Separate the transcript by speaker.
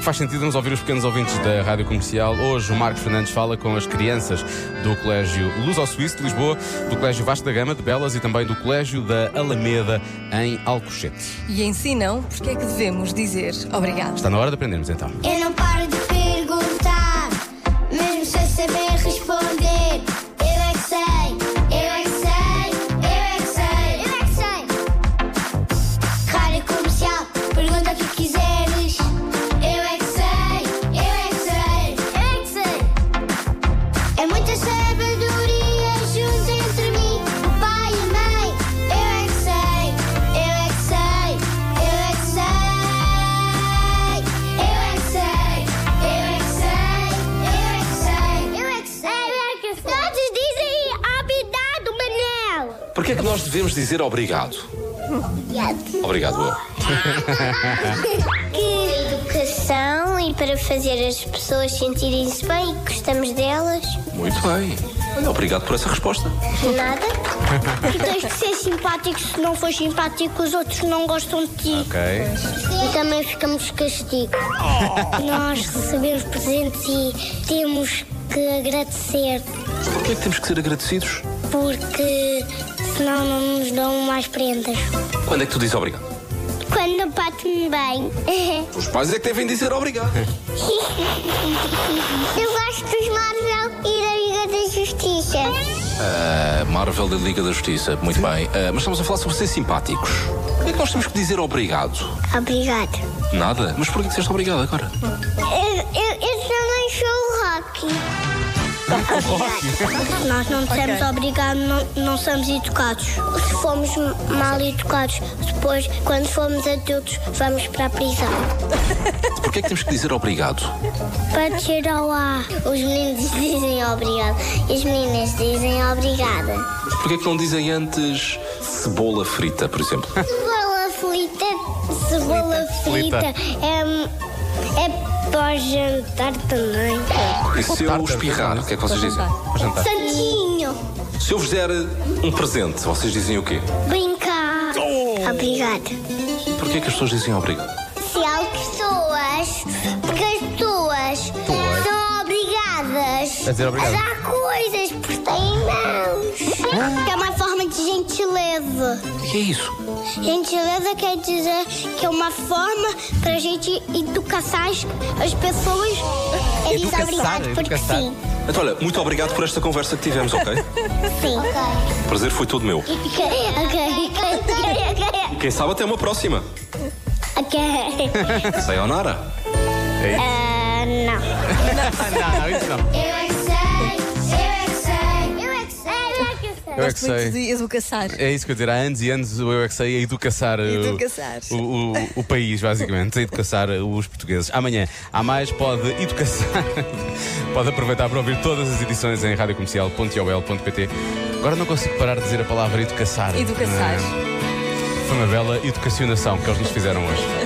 Speaker 1: faz sentido vamos ouvir os pequenos ouvintes da Rádio Comercial. Hoje o Marcos Fernandes fala com as crianças do Colégio Luz ao Suíço de Lisboa, do Colégio Vasco da Gama de Belas e também do Colégio da Alameda em Alcochete.
Speaker 2: E ensinam porque é que devemos dizer obrigado.
Speaker 1: Está na hora de aprendermos então.
Speaker 3: Eu não paro de perguntar, mesmo sem saber responder. Eu é que sei, eu é que sei, eu é que sei, eu é que sei. Rádio comercial, pergunta o que quiseres. Eu é que sei, eu é que sei, eu é que sei. É muita sabedoria junto entre mim, o pai e a mãe. Eu é que sei, eu é que sei, eu é que sei. Eu é que sei, eu é que sei, eu é que sei. Eu é que sei, eu é que sei. Todos dizem obrigado, Manel.
Speaker 4: Porquê é que nós devemos dizer obrigado? Obrigado, boa.
Speaker 3: que educação e para fazer as pessoas sentirem-se bem e gostamos delas.
Speaker 4: Muito bem. Olha, obrigado por essa resposta.
Speaker 3: Nada. Que tens de ser simpático, se não for simpático, os outros não gostam de ti.
Speaker 1: Ok.
Speaker 3: E também ficamos de castigo.
Speaker 4: Oh.
Speaker 3: Nós recebemos presentes e temos que agradecer,
Speaker 4: Porquê é que temos que ser agradecidos?
Speaker 3: porque senão não nos dão mais prendas.
Speaker 4: Quando é que tu dizes obrigado?
Speaker 3: Quando bate-me bem.
Speaker 4: Os pais é que devem dizer obrigado.
Speaker 3: Eu gosto dos Marvel e da Liga da Justiça.
Speaker 4: A Marvel da Liga da Justiça, muito bem. Ah, mas estamos a falar sobre ser simpáticos. Porquê é que nós temos que dizer obrigado?
Speaker 3: Obrigada.
Speaker 4: Nada. Mas porquê que disseste obrigado agora?
Speaker 3: Eu, eu, eu um também sou o Rocky. Nós não dissemos obrigado, não, não somos educados. Se formos mal educados, depois, quando formos adultos, vamos para a prisão.
Speaker 4: Porquê é que temos que dizer obrigado?
Speaker 3: Para tirar o ar. Os meninos dizem obrigado e as meninas dizem obrigada.
Speaker 4: Mas porquê é que não dizem antes cebola frita, por exemplo?
Speaker 3: Cebola frita, cebola frita, é, é para jantar também.
Speaker 4: E se eu espirrar, o que é que vocês dizem?
Speaker 3: Santinho,
Speaker 4: Se eu vos der um presente, vocês dizem o quê?
Speaker 3: brincar. Oh. Obrigada.
Speaker 4: Porquê é que as pessoas dizem obrigado?
Speaker 3: se há pessoas, porque as pessoas são obrigadas
Speaker 1: A dizer obrigado.
Speaker 3: dar coisas porque têm mãos. Que é uma forma de gentileza.
Speaker 4: O que é isso?
Speaker 3: Gentileza quer dizer que é uma forma para a gente educar as, as pessoas. Eles
Speaker 1: Educaçar,
Speaker 3: obrigados porque
Speaker 1: educaçar.
Speaker 3: sim.
Speaker 4: Então, olha, muito obrigado por esta conversa que tivemos, ok?
Speaker 3: Sim.
Speaker 4: O prazer foi todo meu.
Speaker 3: Ok. Ok.
Speaker 4: Quem sabe até uma próxima.
Speaker 3: Ok. Ok.
Speaker 4: Sayonara.
Speaker 3: Ah, não.
Speaker 1: não, isso não.
Speaker 3: Eu é que sei, eu é
Speaker 1: Eu é que sei.
Speaker 2: Muito
Speaker 3: que sei, eu é que sei, eu é
Speaker 2: de educaçar.
Speaker 1: É isso que eu dizer, há anos e anos o Eu é que sei a educaçar, eh, o-
Speaker 2: Educaçar.
Speaker 1: O, o- o país, basicamente, a educaçar os portugueses. Amanhã, há mais, pode educaçar, pode aproveitar para ouvir todas as edições em radiocomercial.iol.pt. Agora não consigo parar de dizer a palavra né? educaçar.
Speaker 2: Educaçar.
Speaker 1: Foi uma bela educacionação que eles nos fizeram hoje.